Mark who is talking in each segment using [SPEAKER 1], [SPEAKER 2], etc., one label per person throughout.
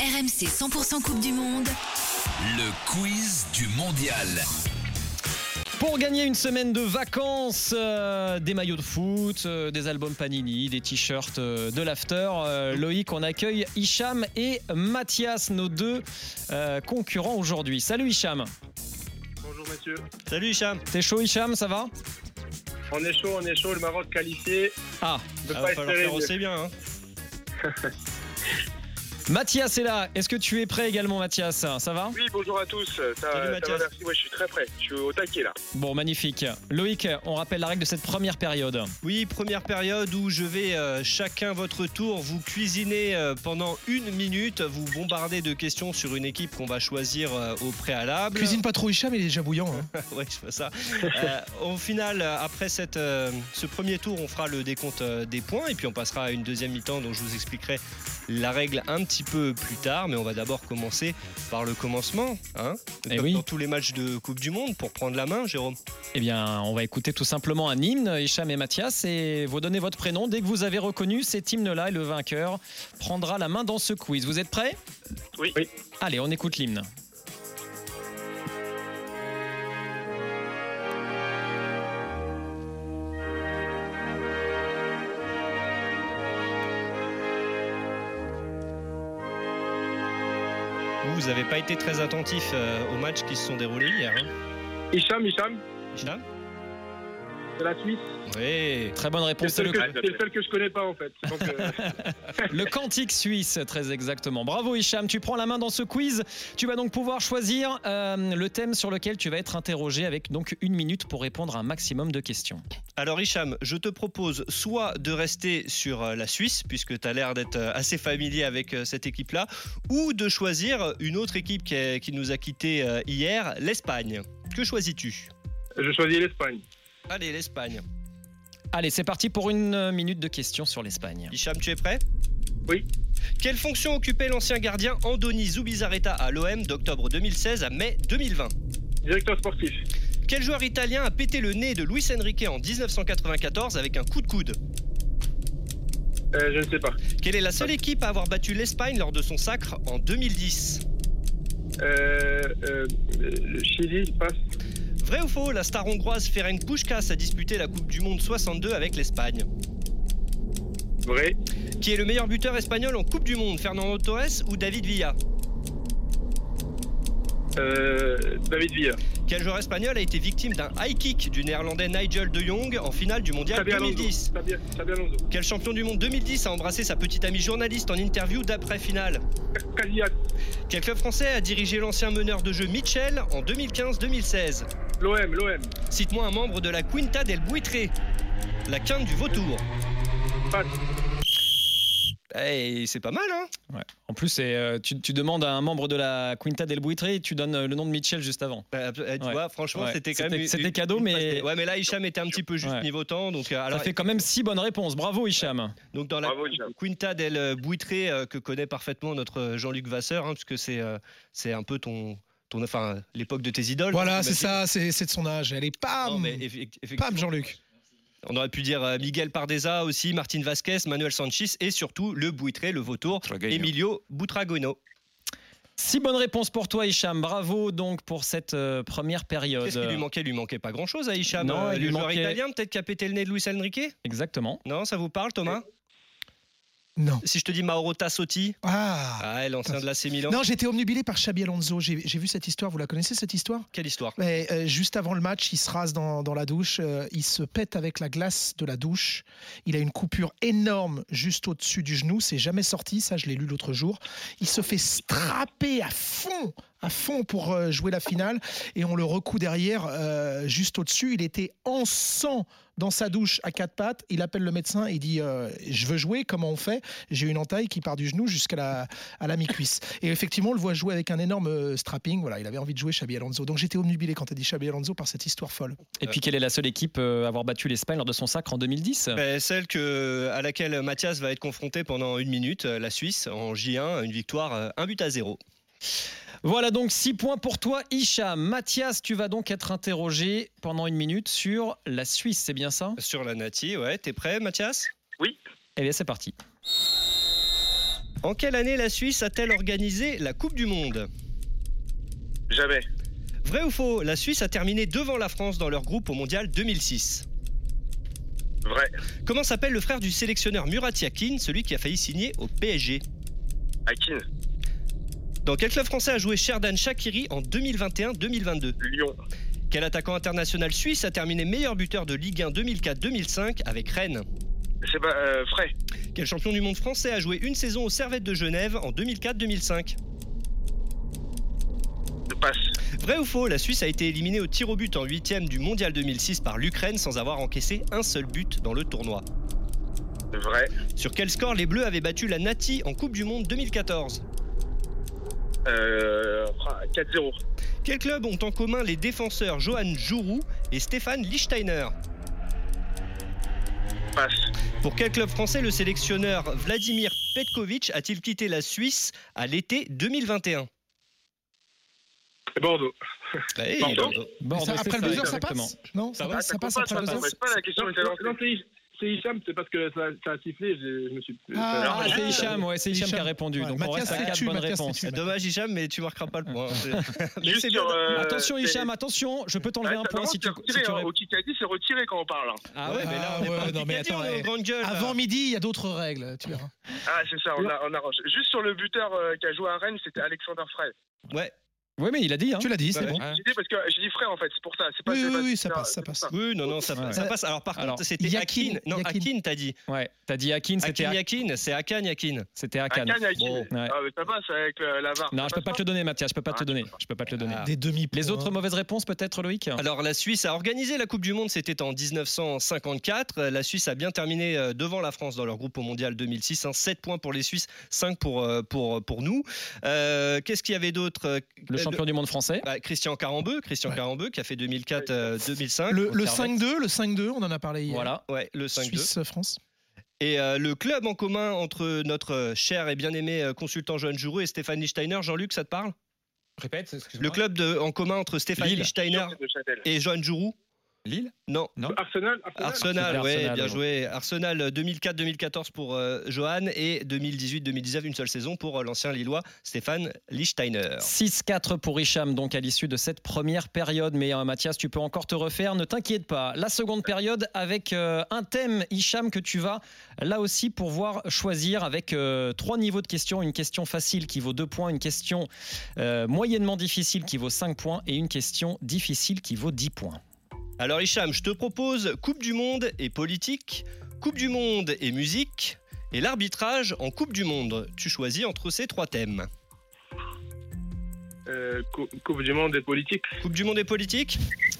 [SPEAKER 1] RMC 100% Coupe du Monde.
[SPEAKER 2] Le quiz du mondial.
[SPEAKER 3] Pour gagner une semaine de vacances, euh, des maillots de foot, euh, des albums Panini, des t-shirts euh, de l'after, euh, Loïc, on accueille Hicham et Mathias, nos deux euh, concurrents aujourd'hui. Salut Hicham
[SPEAKER 4] Bonjour messieurs.
[SPEAKER 5] Salut Hicham
[SPEAKER 3] T'es chaud Hicham, ça va
[SPEAKER 4] On est chaud, on est chaud. Le Maroc qualifié.
[SPEAKER 3] Ah,
[SPEAKER 4] On peut
[SPEAKER 5] Il
[SPEAKER 4] pas
[SPEAKER 5] va falloir
[SPEAKER 4] espérer
[SPEAKER 5] faire
[SPEAKER 4] mieux.
[SPEAKER 5] aussi bien. hein.
[SPEAKER 3] Mathias est là, est-ce que tu es prêt également Mathias Ça va
[SPEAKER 4] Oui, bonjour à tous. Ça, ça va,
[SPEAKER 5] Mathias.
[SPEAKER 4] merci. Ouais, je suis très prêt. Je suis au taquet là.
[SPEAKER 3] Bon, magnifique. Loïc, on rappelle la règle de cette première période.
[SPEAKER 5] Oui, première période où je vais euh, chacun votre tour vous cuisiner euh, pendant une minute, vous bombarder de questions sur une équipe qu'on va choisir euh, au préalable.
[SPEAKER 6] Cuisine pas trop Hicham, il est déjà bouillant. hein.
[SPEAKER 5] Ouais, je fais ça. Euh, au final, euh, après cette, euh, ce premier tour, on fera le décompte euh, des points et puis on passera à une deuxième mi-temps dont je vous expliquerai la règle un petit peu plus tard. Mais on va d'abord commencer par le commencement, hein,
[SPEAKER 3] Eh
[SPEAKER 5] comme
[SPEAKER 3] oui.
[SPEAKER 5] dans tous les matchs de Coupe du Monde, pour prendre la main, Jérôme.
[SPEAKER 3] Eh bien, on va écouter tout simplement un hymne, Hicham et Mathias, et vous donnez votre prénom. Dès que vous avez reconnu cet hymne-là, et le vainqueur prendra la main dans ce quiz. Vous êtes prêts
[SPEAKER 4] Oui.
[SPEAKER 3] Allez, on écoute l'hymne.
[SPEAKER 5] Vous, vous n'avez pas été très attentif euh, aux matchs qui se sont déroulés hier, hein,
[SPEAKER 4] Hicham, Hicham,
[SPEAKER 5] Hicham
[SPEAKER 4] de la Suisse.
[SPEAKER 5] Oui.
[SPEAKER 3] Très bonne
[SPEAKER 4] C'est le,
[SPEAKER 3] réponse. C'est
[SPEAKER 4] seul
[SPEAKER 3] le,
[SPEAKER 4] que- c'est le seul que je connais pas en fait. Donc, euh,
[SPEAKER 3] le cantique suisse, très exactement. Bravo Hicham, tu prends la main dans ce quiz. Tu vas donc pouvoir choisir euh, le thème sur lequel tu vas être interrogé avec donc une minute pour répondre à un maximum de questions.
[SPEAKER 5] Alors, Hicham, je te propose soit de rester sur euh, la Suisse, puisque tu as l'air d'être euh, assez familier avec euh, cette équipe-là, ou de choisir une autre équipe qui, est- qui nous a quittés euh, hier, l'Espagne. Que choisis-tu
[SPEAKER 4] je choisis l'Espagne.
[SPEAKER 5] Allez, l'Espagne.
[SPEAKER 3] Allez, c'est parti pour une minute de questions sur l'Espagne.
[SPEAKER 5] Hicham, tu es prêt
[SPEAKER 4] Oui.
[SPEAKER 5] Quelle fonction occupait l'ancien gardien Andoni Zubizarreta à l'OM d'octobre 2016 à mai 2020
[SPEAKER 4] Directeur sportif.
[SPEAKER 5] Quel joueur italien a pété le nez de Luis Enrique en 1994 avec un coup de coude
[SPEAKER 4] Euh, je ne sais pas.
[SPEAKER 5] Quelle est la seule équipe à avoir battu l'Espagne lors de son sacre en 2010
[SPEAKER 4] Euh, euh, le Chili, il passe.
[SPEAKER 5] Vrai ou faux, la star hongroise Ferenc Puskás a disputé la Coupe du Monde 62 avec l'Espagne.
[SPEAKER 4] Vrai.
[SPEAKER 5] Qui est le meilleur buteur espagnol en Coupe du Monde, Fernando Torres ou David Villa
[SPEAKER 4] Euh, David Villa.
[SPEAKER 5] Quel joueur espagnol a été victime d'un high kick du néerlandais Nigel de Jong en finale du Mondial
[SPEAKER 4] Xabi Alonso.
[SPEAKER 5] 2010
[SPEAKER 4] Xabi Xabi Alonso.
[SPEAKER 5] Quel champion du monde 2010 a embrassé sa petite amie journaliste en interview d'après-finale
[SPEAKER 4] Casillas.
[SPEAKER 5] Quel club français a dirigé l'ancien meneur de jeu Mitchell en 2015-2016
[SPEAKER 4] L'OM, l'OM.
[SPEAKER 5] Cite-moi un membre de la Quinta del Buitre, la quinte du vautour.
[SPEAKER 4] Passe.
[SPEAKER 5] Eh, c'est pas mal, hein
[SPEAKER 3] En plus, c'est, euh, tu, tu demandes à un membre de la Quinta del Buitre et tu donnes euh, le nom de Mitchell juste avant.
[SPEAKER 5] Bah, eh, tu
[SPEAKER 3] Ouais.
[SPEAKER 5] vois, franchement,
[SPEAKER 3] Ouais.
[SPEAKER 5] c'était quand
[SPEAKER 3] C'était-
[SPEAKER 5] même. une-
[SPEAKER 3] c'était
[SPEAKER 5] une-
[SPEAKER 3] cadeau,
[SPEAKER 5] une
[SPEAKER 3] mais-
[SPEAKER 5] passe dé- Ouais, mais là, Hicham était un petit peu juste
[SPEAKER 3] Ouais.
[SPEAKER 5] niveau temps. Donc, euh,
[SPEAKER 3] Ça
[SPEAKER 5] alors,
[SPEAKER 3] fait quand même six bonnes réponses. Bravo Hicham.
[SPEAKER 5] donc dans la
[SPEAKER 4] Bravo, Hicham.
[SPEAKER 5] Quinta del Buitre, euh, que connaît parfaitement notre euh, Jean-Luc Vasseur, hein, puisque c'est euh, c'est un peu ton. ton enfin, euh, l'époque de tes idoles.
[SPEAKER 6] Voilà,
[SPEAKER 5] hein,
[SPEAKER 6] Ah, c'est
[SPEAKER 5] j'imagine.
[SPEAKER 6] ça, c'est c'est de son âge. Elle est
[SPEAKER 5] Non,
[SPEAKER 6] pam,
[SPEAKER 5] mais effe- effectivement,
[SPEAKER 6] pam Jean-Luc.
[SPEAKER 5] On aurait pu dire euh, Miguel Pardeza aussi, Martin Vasquez, Manuel Sanchez et surtout le Buitré, le vautour, Emilio Butragono.
[SPEAKER 3] Six bonnes réponses pour toi, Hicham. Bravo donc pour cette euh, première période.
[SPEAKER 5] Qu'est-ce qui lui manquait Il Lui manquait pas grand-chose à Hicham.
[SPEAKER 3] euh, Non,
[SPEAKER 5] Euh,
[SPEAKER 3] il
[SPEAKER 5] le
[SPEAKER 3] lui
[SPEAKER 5] joueur
[SPEAKER 3] manquait-
[SPEAKER 5] italien peut-être qui a pété le nez de Luis Enrique
[SPEAKER 3] Exactement.
[SPEAKER 5] Non, ça vous parle Thomas
[SPEAKER 6] Non.
[SPEAKER 5] Si je te dis Mauro Tassotti
[SPEAKER 6] Ah.
[SPEAKER 5] Ah, l'ancien de l'AC Milan.
[SPEAKER 6] Non, j'étais omnubilé par Xabi Alonso. J'ai j'ai vu cette histoire. Vous la connaissez cette histoire
[SPEAKER 5] Quelle histoire
[SPEAKER 6] Mais, euh, Juste avant le match, il se rase dans, dans la douche. euh, il se pète avec la glace de la douche. Il a une coupure énorme juste au-dessus du genou. C'est jamais sorti. Ça, je l'ai lu l'autre jour. Il se fait strapper à fond, à fond pour euh, jouer la finale. Et on le recoue derrière, euh, juste au-dessus. Il était en sang dans sa douche à quatre pattes. Il appelle le médecin et il dit euh, Je veux jouer, comment on fait J'ai une entaille qui part du genou jusqu'à la, à la mi-cuisse. Et effectivement, on le voit jouer avec un énorme euh, strapping. Voilà, il avait envie de jouer Xabi Alonso. Donc j'étais omnubilé quand tu as dit Xabi Alonso par cette histoire folle.
[SPEAKER 3] Et puis, quelle est la seule équipe euh, à avoir battu l'Espagne lors de son sacre en 2010
[SPEAKER 5] Ben, celle que, à laquelle Mathias va être confronté pendant une minute, euh, la Suisse, en J1, une victoire, euh, un but à zéro.
[SPEAKER 3] Voilà donc six points pour toi, Hicham. Mathias, tu vas donc être interrogé pendant une minute sur la Suisse, c'est bien ça
[SPEAKER 5] Sur la Nati, ouais, t'es prêt Mathias
[SPEAKER 3] Eh bien, c'est parti.
[SPEAKER 5] En quelle année la Suisse a-t-elle organisé la Coupe du Monde
[SPEAKER 4] Jamais.
[SPEAKER 5] Vrai ou faux La Suisse a terminé devant la France dans leur groupe au mondial 2006.
[SPEAKER 4] Vrai.
[SPEAKER 5] Comment s'appelle le frère du sélectionneur Murat Yakin, celui qui a failli signer au PSG
[SPEAKER 4] Akin.
[SPEAKER 5] Dans quel club français a joué Sherdan Shakiri en 2021-2022
[SPEAKER 4] Lyon.
[SPEAKER 5] Quel attaquant international suisse a terminé meilleur buteur de Ligue 1 2004-2005 avec Rennes
[SPEAKER 4] C'est pas. Euh, Fray.
[SPEAKER 5] Quel champion du monde français a joué une saison aux Servettes de Genève en 2004-2005
[SPEAKER 4] De passe.
[SPEAKER 5] Vrai ou faux, la Suisse a été éliminée au tir au but en huitième du Mondial 2006 par l'Ukraine sans avoir encaissé un seul but dans le tournoi.
[SPEAKER 4] Vrai.
[SPEAKER 5] Sur quel score les Bleus avaient battu la Nati en Coupe du Monde 2014
[SPEAKER 4] Euh, fra- 4-0.
[SPEAKER 5] Quel club ont en commun les défenseurs Johan Jourou et Stéphane Lichtsteiner
[SPEAKER 4] Passe.
[SPEAKER 5] Pour quel club français le sélectionneur Vladimir Petkovic a-t-il quitté la Suisse à l'été 2021
[SPEAKER 4] Bordeaux.
[SPEAKER 5] Bah, eh,
[SPEAKER 4] Bordeaux.
[SPEAKER 5] il-
[SPEAKER 3] Bordeaux,
[SPEAKER 6] Ça,
[SPEAKER 3] c'est
[SPEAKER 6] après le
[SPEAKER 3] ça,
[SPEAKER 6] buzzer, ça
[SPEAKER 3] exactement.
[SPEAKER 6] passe Non, ça,
[SPEAKER 5] Ça va,
[SPEAKER 6] passe, ça passe
[SPEAKER 4] compte
[SPEAKER 6] après
[SPEAKER 4] pas,
[SPEAKER 6] le
[SPEAKER 4] ça
[SPEAKER 6] buzzer
[SPEAKER 4] compte pas, la question
[SPEAKER 7] Non,
[SPEAKER 4] était
[SPEAKER 7] non,
[SPEAKER 4] lancée.
[SPEAKER 7] non, c'est Hicham, c'est Hicham, c'est parce que ça, ça a sifflé, je, je me suis.
[SPEAKER 6] Ah,
[SPEAKER 3] Ah,
[SPEAKER 4] Ah,
[SPEAKER 3] c'est
[SPEAKER 4] oui.
[SPEAKER 3] Hicham, ouais, c'est Hicham qui a
[SPEAKER 6] Hicham.
[SPEAKER 3] répondu.
[SPEAKER 6] Ouais,
[SPEAKER 3] Donc on
[SPEAKER 6] Mathias,
[SPEAKER 3] reste à
[SPEAKER 6] c'est
[SPEAKER 3] 4
[SPEAKER 6] tu,
[SPEAKER 3] bonnes
[SPEAKER 6] Mathias, c'est
[SPEAKER 3] réponses.
[SPEAKER 6] tu.
[SPEAKER 5] euh, Dommage Hicham, mais tu marqueras pas le point. hein. Mais c'est
[SPEAKER 4] Juste sur.
[SPEAKER 5] bien.
[SPEAKER 4] euh,
[SPEAKER 6] Ah,
[SPEAKER 3] Attention
[SPEAKER 4] c'est-
[SPEAKER 3] Hicham, attention, je peux t'enlever
[SPEAKER 4] Ah,
[SPEAKER 3] un
[SPEAKER 4] ça,
[SPEAKER 3] point
[SPEAKER 4] non,
[SPEAKER 3] si tu,
[SPEAKER 4] c'est
[SPEAKER 3] si
[SPEAKER 4] retiré,
[SPEAKER 3] tu
[SPEAKER 4] hein.
[SPEAKER 3] réponds.
[SPEAKER 4] Au Kikadi, c'est retiré quand on parle. hein.
[SPEAKER 5] Ah ouais, mais là, on est
[SPEAKER 6] Ah
[SPEAKER 5] pas
[SPEAKER 6] ouais,
[SPEAKER 5] en
[SPEAKER 6] non, mais
[SPEAKER 5] Picardie,
[SPEAKER 6] attends,
[SPEAKER 5] on est
[SPEAKER 6] eh,
[SPEAKER 5] aux grandes gueules. là.
[SPEAKER 6] Avant midi, il y a d'autres règles, tu verras.
[SPEAKER 4] Ah, c'est ça, on, a, on arrange. Juste sur le buteur euh, qui a joué à Rennes, c'était Alexander Frey.
[SPEAKER 5] Ouais.
[SPEAKER 3] Oui, mais il a dit. Hein.
[SPEAKER 6] Tu l'as dit, c'est
[SPEAKER 5] Ouais.
[SPEAKER 6] bon.
[SPEAKER 4] J'ai dit parce que j'ai dit Frey en fait, c'est pour ça. C'est pas,
[SPEAKER 6] Oui,
[SPEAKER 4] c'est
[SPEAKER 6] oui,
[SPEAKER 4] pas-
[SPEAKER 6] oui, ça
[SPEAKER 4] c'est
[SPEAKER 6] passe, ça
[SPEAKER 4] c'est
[SPEAKER 6] passe.
[SPEAKER 5] Oui, non, non, ça,
[SPEAKER 3] Ouais.
[SPEAKER 5] ça passe. Alors par
[SPEAKER 3] Alors,
[SPEAKER 5] contre, c'était
[SPEAKER 6] Yakin,
[SPEAKER 5] Akin. Non,
[SPEAKER 6] Yakin.
[SPEAKER 5] Akin, t'as dit.
[SPEAKER 3] Ouais, t'as dit Akin, c'était
[SPEAKER 5] Akin
[SPEAKER 3] Ak-
[SPEAKER 5] Yakin, c'est Akan Yakin.
[SPEAKER 3] c'était Akan.
[SPEAKER 4] Un cagne à qui
[SPEAKER 5] Bon.
[SPEAKER 3] Ouais.
[SPEAKER 4] Ah, mais ça passe avec le- la VAR.
[SPEAKER 3] Non,
[SPEAKER 4] ça
[SPEAKER 3] je peux
[SPEAKER 4] passe
[SPEAKER 3] pas te le donner, Mathias. Je peux pas te le
[SPEAKER 4] Ah,
[SPEAKER 3] donner. Je peux pas te le donner.
[SPEAKER 5] Ah.
[SPEAKER 6] Des demi euh,
[SPEAKER 3] Les autres mauvaises réponses, peut-être, Loïc.
[SPEAKER 5] Alors la Suisse a organisé la Coupe du Monde, c'était en 1954. Euh, La Suisse a bien terminé euh, devant la France dans leur groupe au Mondial 2006. 7 hein. points pour les Suisses, 5 pour, euh, pour, pour nous. Euh, Qu'est-ce qu'il y avait d'autre Euh,
[SPEAKER 3] Le
[SPEAKER 5] euh,
[SPEAKER 3] champion du monde français.
[SPEAKER 5] bah, Christian Carambeu, Christian
[SPEAKER 6] Ouais.
[SPEAKER 5] Carambeu qui a fait euh, 2004-2005.
[SPEAKER 6] Le, le 5-2, le Ah, 5-2, on en a parlé hier.
[SPEAKER 3] Voilà.
[SPEAKER 5] Ouais, le 5-2.
[SPEAKER 6] Suisse-France.
[SPEAKER 5] Et euh, le club en commun entre notre euh, cher et bien-aimé euh, consultant Johan Jourou et Stéphanie Steiner, Jean-Luc, ça te parle
[SPEAKER 7] Répète,
[SPEAKER 5] Le club de- en commun entre Stéphanie
[SPEAKER 3] Lille.
[SPEAKER 5] Steiner
[SPEAKER 4] de Châtel.
[SPEAKER 5] et Johan Jourou
[SPEAKER 7] Lille
[SPEAKER 5] Non.
[SPEAKER 7] Arsenal,
[SPEAKER 5] Arsenal,
[SPEAKER 3] C'était
[SPEAKER 5] ouais,
[SPEAKER 3] Arsenal,
[SPEAKER 5] bien
[SPEAKER 3] ouais.
[SPEAKER 5] joué. Arsenal euh, 2004-2014 pour euh, Johan et 2018-2019, une seule saison pour euh, l'ancien Lillois Stéphane Lichtsteiner.
[SPEAKER 3] 6-4 pour Hicham, donc à l'issue de cette première période. Mais euh, Mathias, tu peux encore te refaire, ne t'inquiète pas. La seconde période avec euh, un thème, Hicham, que tu vas là aussi pouvoir choisir avec euh, trois niveaux de questions. Une question facile qui vaut 2 points, une question euh, moyennement difficile qui vaut 5 points et une question difficile qui vaut 10 points.
[SPEAKER 5] Alors Hicham, je te propose Coupe du Monde et politique, Coupe du Monde et musique et l'arbitrage en Coupe du Monde. Tu choisis entre ces trois thèmes.
[SPEAKER 7] Euh, cou- Coupe du Monde des politiques.
[SPEAKER 5] Coupe du Monde et politique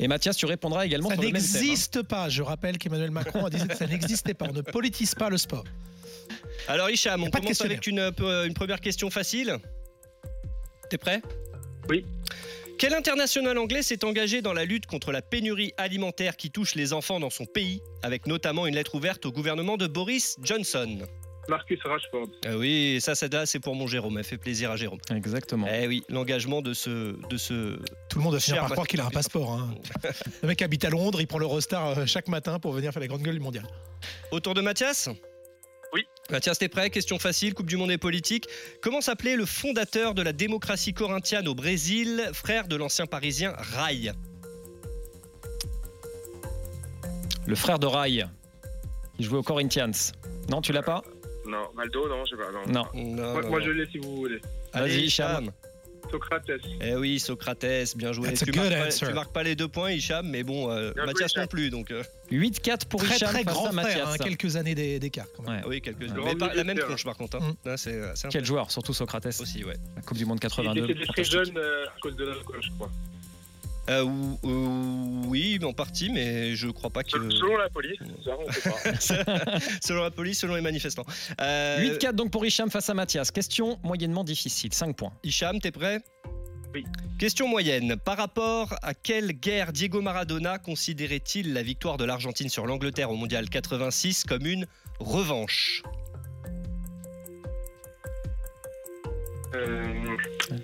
[SPEAKER 3] Et Mathias, tu répondras également
[SPEAKER 6] Ça
[SPEAKER 3] sur le même thème, hein.
[SPEAKER 6] n'existe pas. Je rappelle qu'Emmanuel Macron a dit que ça n'existait pas. On ne politise pas le sport.
[SPEAKER 5] Alors Hicham,
[SPEAKER 6] Y a
[SPEAKER 5] on
[SPEAKER 6] pas de
[SPEAKER 5] commence avec une, euh, une première question facile.
[SPEAKER 3] hein.
[SPEAKER 5] T'es prêt
[SPEAKER 7] Oui.
[SPEAKER 5] Quel international anglais s'est engagé dans la lutte contre la pénurie alimentaire qui touche les enfants dans son pays, avec notamment une lettre ouverte au gouvernement de Boris Johnson
[SPEAKER 7] Marcus Rashford.
[SPEAKER 5] Ah Oui, ça, ça là, c'est pour mon Jérôme, elle fait plaisir à Jérôme.
[SPEAKER 3] Exactement.
[SPEAKER 5] Eh oui, l'engagement de ce, de ce...
[SPEAKER 6] Tout le monde va finir
[SPEAKER 5] Cher
[SPEAKER 6] par
[SPEAKER 5] Mathieu.
[SPEAKER 6] croire qu'il a un passeport. hein. Le mec habite à Londres, il prend l'Eurostar euh, chaque matin pour venir faire la grande gueule du mondial.
[SPEAKER 5] Autour de Mathias
[SPEAKER 4] Oui.
[SPEAKER 5] Mathias, t'es prêt Question facile, Coupe du Monde et politique. Comment s'appelait le fondateur de la démocratie corinthienne au Brésil, frère de l'ancien parisien Rail
[SPEAKER 3] Le frère de Rai, qui jouait au Corinthians. Non, tu l'as pas
[SPEAKER 4] Non, Maldo, non, je sais pas. Non.
[SPEAKER 3] Non.
[SPEAKER 7] Moi, moi, je l'ai si vous voulez.
[SPEAKER 5] Allez,
[SPEAKER 3] Vas-y,
[SPEAKER 5] Hicham.
[SPEAKER 7] Socrates.
[SPEAKER 5] Eh oui, Socrates, bien joué.
[SPEAKER 6] That's a
[SPEAKER 5] Tu
[SPEAKER 6] good
[SPEAKER 5] marques, pas,
[SPEAKER 6] answer.
[SPEAKER 5] tu marques pas les deux points, Hicham, mais bon, euh,
[SPEAKER 4] Bien joué,
[SPEAKER 5] Mathias
[SPEAKER 4] Hicham.
[SPEAKER 5] non plus. Donc, euh,
[SPEAKER 3] 8-4 pour
[SPEAKER 6] Très
[SPEAKER 3] Hicham
[SPEAKER 6] très
[SPEAKER 3] face à
[SPEAKER 6] grand frère,
[SPEAKER 3] Mathias.
[SPEAKER 6] hein, quelques années d'é- d'écart. quand même.
[SPEAKER 3] Ouais.
[SPEAKER 5] ah oui, quelques.
[SPEAKER 3] Grand
[SPEAKER 5] Mais pas la
[SPEAKER 7] militaire.
[SPEAKER 5] même tronche, par contre. hein.
[SPEAKER 6] Mm.
[SPEAKER 5] Là, c'est c'est un
[SPEAKER 3] Quel joueur, surtout Socrates,
[SPEAKER 5] aussi, ouais.
[SPEAKER 3] la Coupe du Monde
[SPEAKER 7] Il
[SPEAKER 3] 82.
[SPEAKER 7] était très
[SPEAKER 3] fantastique.
[SPEAKER 7] jeune euh, à cause de l'alcool, je crois.
[SPEAKER 5] Euh, ou- ou- oui, en partie, mais je crois pas que.
[SPEAKER 4] Sel- Selon la police, ça, on sait pas.
[SPEAKER 5] selon la police, selon les manifestants. Euh,
[SPEAKER 3] 8-4 donc pour Hicham face à Mathias. Question moyennement difficile, 5 points.
[SPEAKER 5] Hicham, t'es prêt
[SPEAKER 7] Oui.
[SPEAKER 5] Question moyenne. Par rapport à quelle guerre Diego Maradona considérait-il la victoire de l'Argentine sur l'Angleterre au Mondial 86 comme une revanche
[SPEAKER 4] Euh,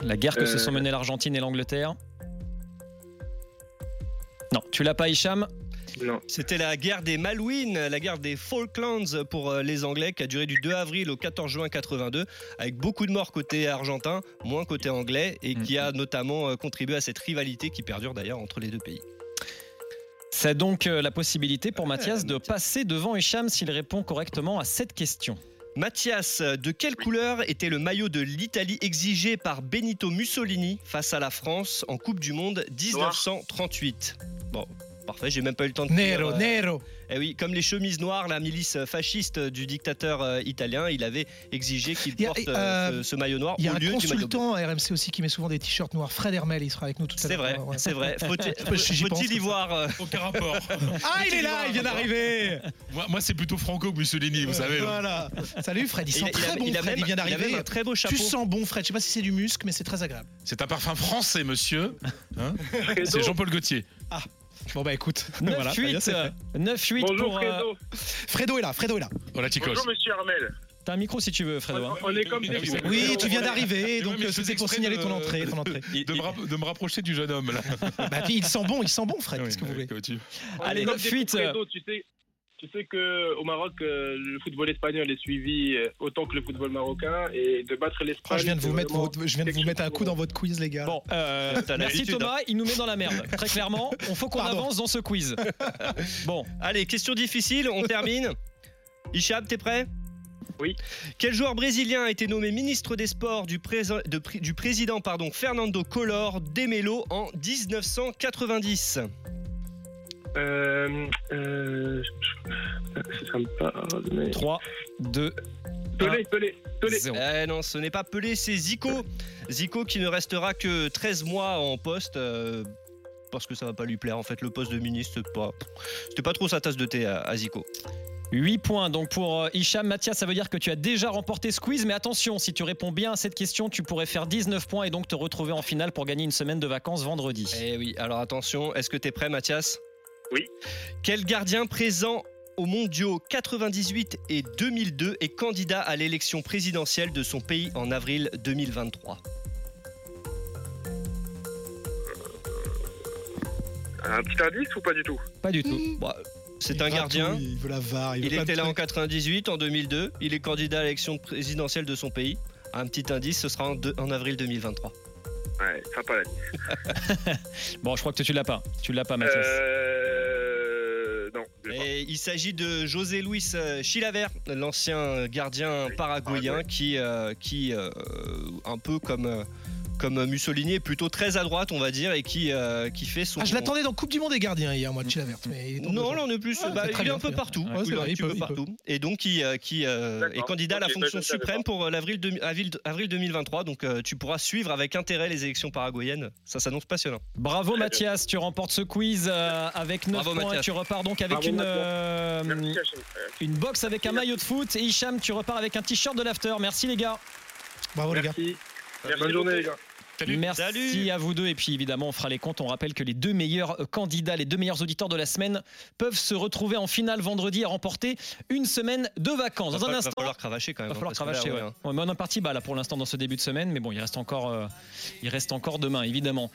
[SPEAKER 3] La guerre que se
[SPEAKER 4] Euh.
[SPEAKER 3] sont menées l'Argentine et l'Angleterre. Non, tu l'as pas Hicham
[SPEAKER 4] Non.
[SPEAKER 5] C'était la guerre des Malouines, la guerre des Falklands pour euh, les Anglais, qui a duré du 2 avril au 14 juin 82, avec beaucoup de morts côté argentin, moins côté anglais, et qui a notamment euh, contribué à cette rivalité qui perdure d'ailleurs entre les deux pays.
[SPEAKER 3] C'est donc euh, la possibilité pour
[SPEAKER 5] Ouais,
[SPEAKER 3] Mathias de
[SPEAKER 5] Mathias.
[SPEAKER 3] passer devant Hicham s'il répond correctement à cette question.
[SPEAKER 5] Mathias, de quelle couleur était le maillot de l'Italie exigé par Benito Mussolini face à la France en Coupe du Monde 1938 Bon, parfait, j'ai même pas eu le temps de
[SPEAKER 6] Nero,
[SPEAKER 5] finir, euh,
[SPEAKER 6] Nero.
[SPEAKER 5] Eh oui, comme les chemises noires, la milice fasciste du dictateur euh, italien, il avait exigé qu'il
[SPEAKER 6] Il y a-
[SPEAKER 5] porte euh,
[SPEAKER 6] euh,
[SPEAKER 5] ce, ce maillot noir
[SPEAKER 6] Il y a
[SPEAKER 5] au
[SPEAKER 6] un
[SPEAKER 5] lieu du maillot bleu.
[SPEAKER 6] consultant à RMC aussi qui met souvent des t-shirts noirs. Fred Hermel, il sera avec nous tout à
[SPEAKER 5] C'est
[SPEAKER 6] l'heure.
[SPEAKER 5] vrai,
[SPEAKER 6] Ouais.
[SPEAKER 5] c'est vrai. Faut-il
[SPEAKER 6] Je- j'y pense
[SPEAKER 5] faut-il y
[SPEAKER 6] comme ça.
[SPEAKER 5] voir euh,
[SPEAKER 8] Aucun rapport.
[SPEAKER 6] Ah, il est là, il vient d'arriver. Euh,
[SPEAKER 8] moi, moi, c'est plutôt Franco Mussolini, vous savez.
[SPEAKER 6] Voilà. Salut Fred, il
[SPEAKER 5] il,
[SPEAKER 6] sent
[SPEAKER 5] il
[SPEAKER 6] très
[SPEAKER 5] a-
[SPEAKER 6] bon.
[SPEAKER 5] il a
[SPEAKER 6] Fred,
[SPEAKER 5] même,
[SPEAKER 6] il vient
[SPEAKER 5] il a même
[SPEAKER 6] d'arriver.
[SPEAKER 5] un très beau chapeau.
[SPEAKER 6] Tu sens bon, Fred. Je sais pas si c'est du muscle, mais c'est très agréable.
[SPEAKER 8] C'est un parfum français, monsieur. Hein c'est
[SPEAKER 7] Fredo.
[SPEAKER 8] Jean-Paul Gaultier.
[SPEAKER 6] Bon bah écoute, voilà, très bien, c'est
[SPEAKER 3] 9-8
[SPEAKER 6] fait.
[SPEAKER 3] euh,
[SPEAKER 7] Bonjour
[SPEAKER 3] pour. euh,
[SPEAKER 7] Fredo.
[SPEAKER 6] Fredo est là, Fredo est là.
[SPEAKER 8] Oh la Ticos.
[SPEAKER 4] Bonjour, monsieur Armel.
[SPEAKER 3] T'as un micro si tu veux, Fredo. hein.
[SPEAKER 7] On est comme
[SPEAKER 8] Ah oui,
[SPEAKER 7] des
[SPEAKER 8] ça-
[SPEAKER 7] fous.
[SPEAKER 6] Oui, tu viens
[SPEAKER 8] on est-
[SPEAKER 6] d'arriver,
[SPEAKER 8] Ouais,
[SPEAKER 6] donc
[SPEAKER 8] mais
[SPEAKER 6] euh,
[SPEAKER 8] je
[SPEAKER 6] c'était
[SPEAKER 8] faisais
[SPEAKER 6] pour
[SPEAKER 8] exprès
[SPEAKER 6] signaler
[SPEAKER 8] de-
[SPEAKER 6] ton entrée, ton entrée.
[SPEAKER 8] De me, rap- de me rapprocher du jeune homme là.
[SPEAKER 6] Bah puis il sent bon, il sent bon Fred, qu'est-ce que vous voulez
[SPEAKER 8] Avec, euh, tu-
[SPEAKER 7] On est
[SPEAKER 3] Allez,
[SPEAKER 7] comme des fous,
[SPEAKER 3] fuite.
[SPEAKER 7] Fredo, tu sais. Tu sais qu'au Maroc, euh, le football espagnol est suivi euh, autant que le football marocain et de battre
[SPEAKER 6] Ah,
[SPEAKER 7] l'Espagne.
[SPEAKER 6] je viens de vous
[SPEAKER 7] c'est
[SPEAKER 6] mettre,
[SPEAKER 7] vraiment-
[SPEAKER 6] votre- je viens de vous mettre un coup dans votre quiz, les gars.
[SPEAKER 3] Bon, euh,
[SPEAKER 5] T'as
[SPEAKER 3] merci
[SPEAKER 5] l'habitude,
[SPEAKER 3] Thomas, il nous met dans la merde. Très clairement, on faut qu'on
[SPEAKER 6] Pardon.
[SPEAKER 3] avance dans ce quiz. Bon,
[SPEAKER 5] Allez, question difficile, on termine. Hichab, t'es prêt
[SPEAKER 7] Oui.
[SPEAKER 5] Quel joueur brésilien a été nommé ministre des Sports du, présen- de pri- du président pardon, Fernando Collor de Melo en 1990
[SPEAKER 7] Euh, euh, je- ça me parle, mais.
[SPEAKER 3] 3, 2,
[SPEAKER 7] Pelé, Pelé, Pelé.
[SPEAKER 3] 0.
[SPEAKER 5] Eh non, ce n'est pas Pelé, c'est Zico. Zico qui ne restera que 13 mois en poste. euh, parce que ça va pas lui plaire en fait le poste de ministre c'est pas c'était pas trop sa tasse de thé à, à Zico
[SPEAKER 3] 8 points donc pour euh, Hicham. Mathias, ça veut dire que tu as déjà remporté ce quiz, mais attention, si tu réponds bien à cette question, tu pourrais faire 19 points et donc te retrouver en finale pour gagner une semaine de vacances vendredi.
[SPEAKER 5] Eh oui alors attention est-ce que t'es prêt Mathias
[SPEAKER 4] Oui.
[SPEAKER 5] quel gardien présent aux mondiaux 98 et 2002 est candidat à l'élection présidentielle de son pays en avril 2023
[SPEAKER 4] Un petit indice ou pas du tout
[SPEAKER 3] Pas du tout.
[SPEAKER 5] Bon, Bah, c'est
[SPEAKER 6] Il
[SPEAKER 5] un
[SPEAKER 6] veut
[SPEAKER 5] gardien
[SPEAKER 6] tout, Il veut la var, il, veut
[SPEAKER 5] Il
[SPEAKER 6] plein de
[SPEAKER 5] était là en
[SPEAKER 6] trucs.
[SPEAKER 5] 98, en 2002. Il est candidat à l'élection présidentielle de son pays. Un petit indice, ce sera en, deux- en avril 2023.
[SPEAKER 4] Ouais, sympa la
[SPEAKER 3] Bon, je crois que tu l'as pas. Tu l'as pas, Mathias.
[SPEAKER 4] Euh. Non. je sais pas.
[SPEAKER 5] Et il s'agit de José Luis euh, Chilaver, l'ancien gardien
[SPEAKER 4] Oui,
[SPEAKER 5] paraguayen
[SPEAKER 4] Paraguay.
[SPEAKER 5] qui, euh, qui euh, un peu comme, euh, comme Mussolini, est plutôt très à droite, on va dire, et qui, euh, qui fait son.
[SPEAKER 6] Ah, je l'attendais dans Coupe du Monde des gardiens hier, moi, de Chilavert. mais il est tombé
[SPEAKER 5] Non,
[SPEAKER 6] aujourd'hui.
[SPEAKER 5] là on est plus.
[SPEAKER 6] Ah,
[SPEAKER 5] bah,
[SPEAKER 6] c'est
[SPEAKER 5] il
[SPEAKER 6] très
[SPEAKER 5] est
[SPEAKER 6] bien,
[SPEAKER 5] un peu
[SPEAKER 6] très bien.
[SPEAKER 5] partout.
[SPEAKER 6] Ouais, c'est
[SPEAKER 5] il est
[SPEAKER 6] vrai,
[SPEAKER 5] un
[SPEAKER 6] il
[SPEAKER 5] petit
[SPEAKER 6] peut-
[SPEAKER 5] peu
[SPEAKER 6] il peut.
[SPEAKER 5] partout. Et donc, il, euh, qui euh, est
[SPEAKER 4] D'accord.
[SPEAKER 5] candidat à la
[SPEAKER 4] Ok, bah, je
[SPEAKER 5] fonction
[SPEAKER 4] le savais
[SPEAKER 5] suprême pour euh, l'avril deux- avril- avril 2023. Donc, euh, tu pourras suivre avec intérêt les élections paraguayennes. Ça s'annonce passionnant.
[SPEAKER 3] Bravo Mathias, tu remportes ce quiz euh, avec 9
[SPEAKER 5] Bravo,
[SPEAKER 3] points.
[SPEAKER 5] Mathias.
[SPEAKER 3] Tu repars donc avec
[SPEAKER 7] Bravo,
[SPEAKER 3] une,
[SPEAKER 7] Mathias.
[SPEAKER 3] euh,
[SPEAKER 4] Merci, Hachem. Euh,
[SPEAKER 3] une box avec un maillot de foot. Et Hicham, tu repars avec un t-shirt de l'after. Merci les gars.
[SPEAKER 6] Bravo, les gars.
[SPEAKER 7] Merci.
[SPEAKER 4] Merci
[SPEAKER 7] Bonne journée,
[SPEAKER 4] beaucoup.
[SPEAKER 7] les gars.
[SPEAKER 8] Salut.
[SPEAKER 3] Merci
[SPEAKER 5] Salut.
[SPEAKER 3] à vous deux. Et puis évidemment, on fera les comptes. On rappelle que les deux meilleurs euh, candidats, les deux meilleurs auditeurs de la semaine peuvent se retrouver en finale vendredi et remporter une semaine de vacances. Dans
[SPEAKER 5] va,
[SPEAKER 3] un
[SPEAKER 5] va
[SPEAKER 3] instant.
[SPEAKER 5] falloir cravacher quand même.
[SPEAKER 3] va falloir
[SPEAKER 5] hein, parce que
[SPEAKER 3] cravacher,
[SPEAKER 5] là,
[SPEAKER 3] ouais.
[SPEAKER 5] ouais, hein.
[SPEAKER 3] bah, Ouais, mais on est en partie bas là pour l'instant dans ce début de semaine, mais bon, il reste encore, euh, il reste encore demain, évidemment.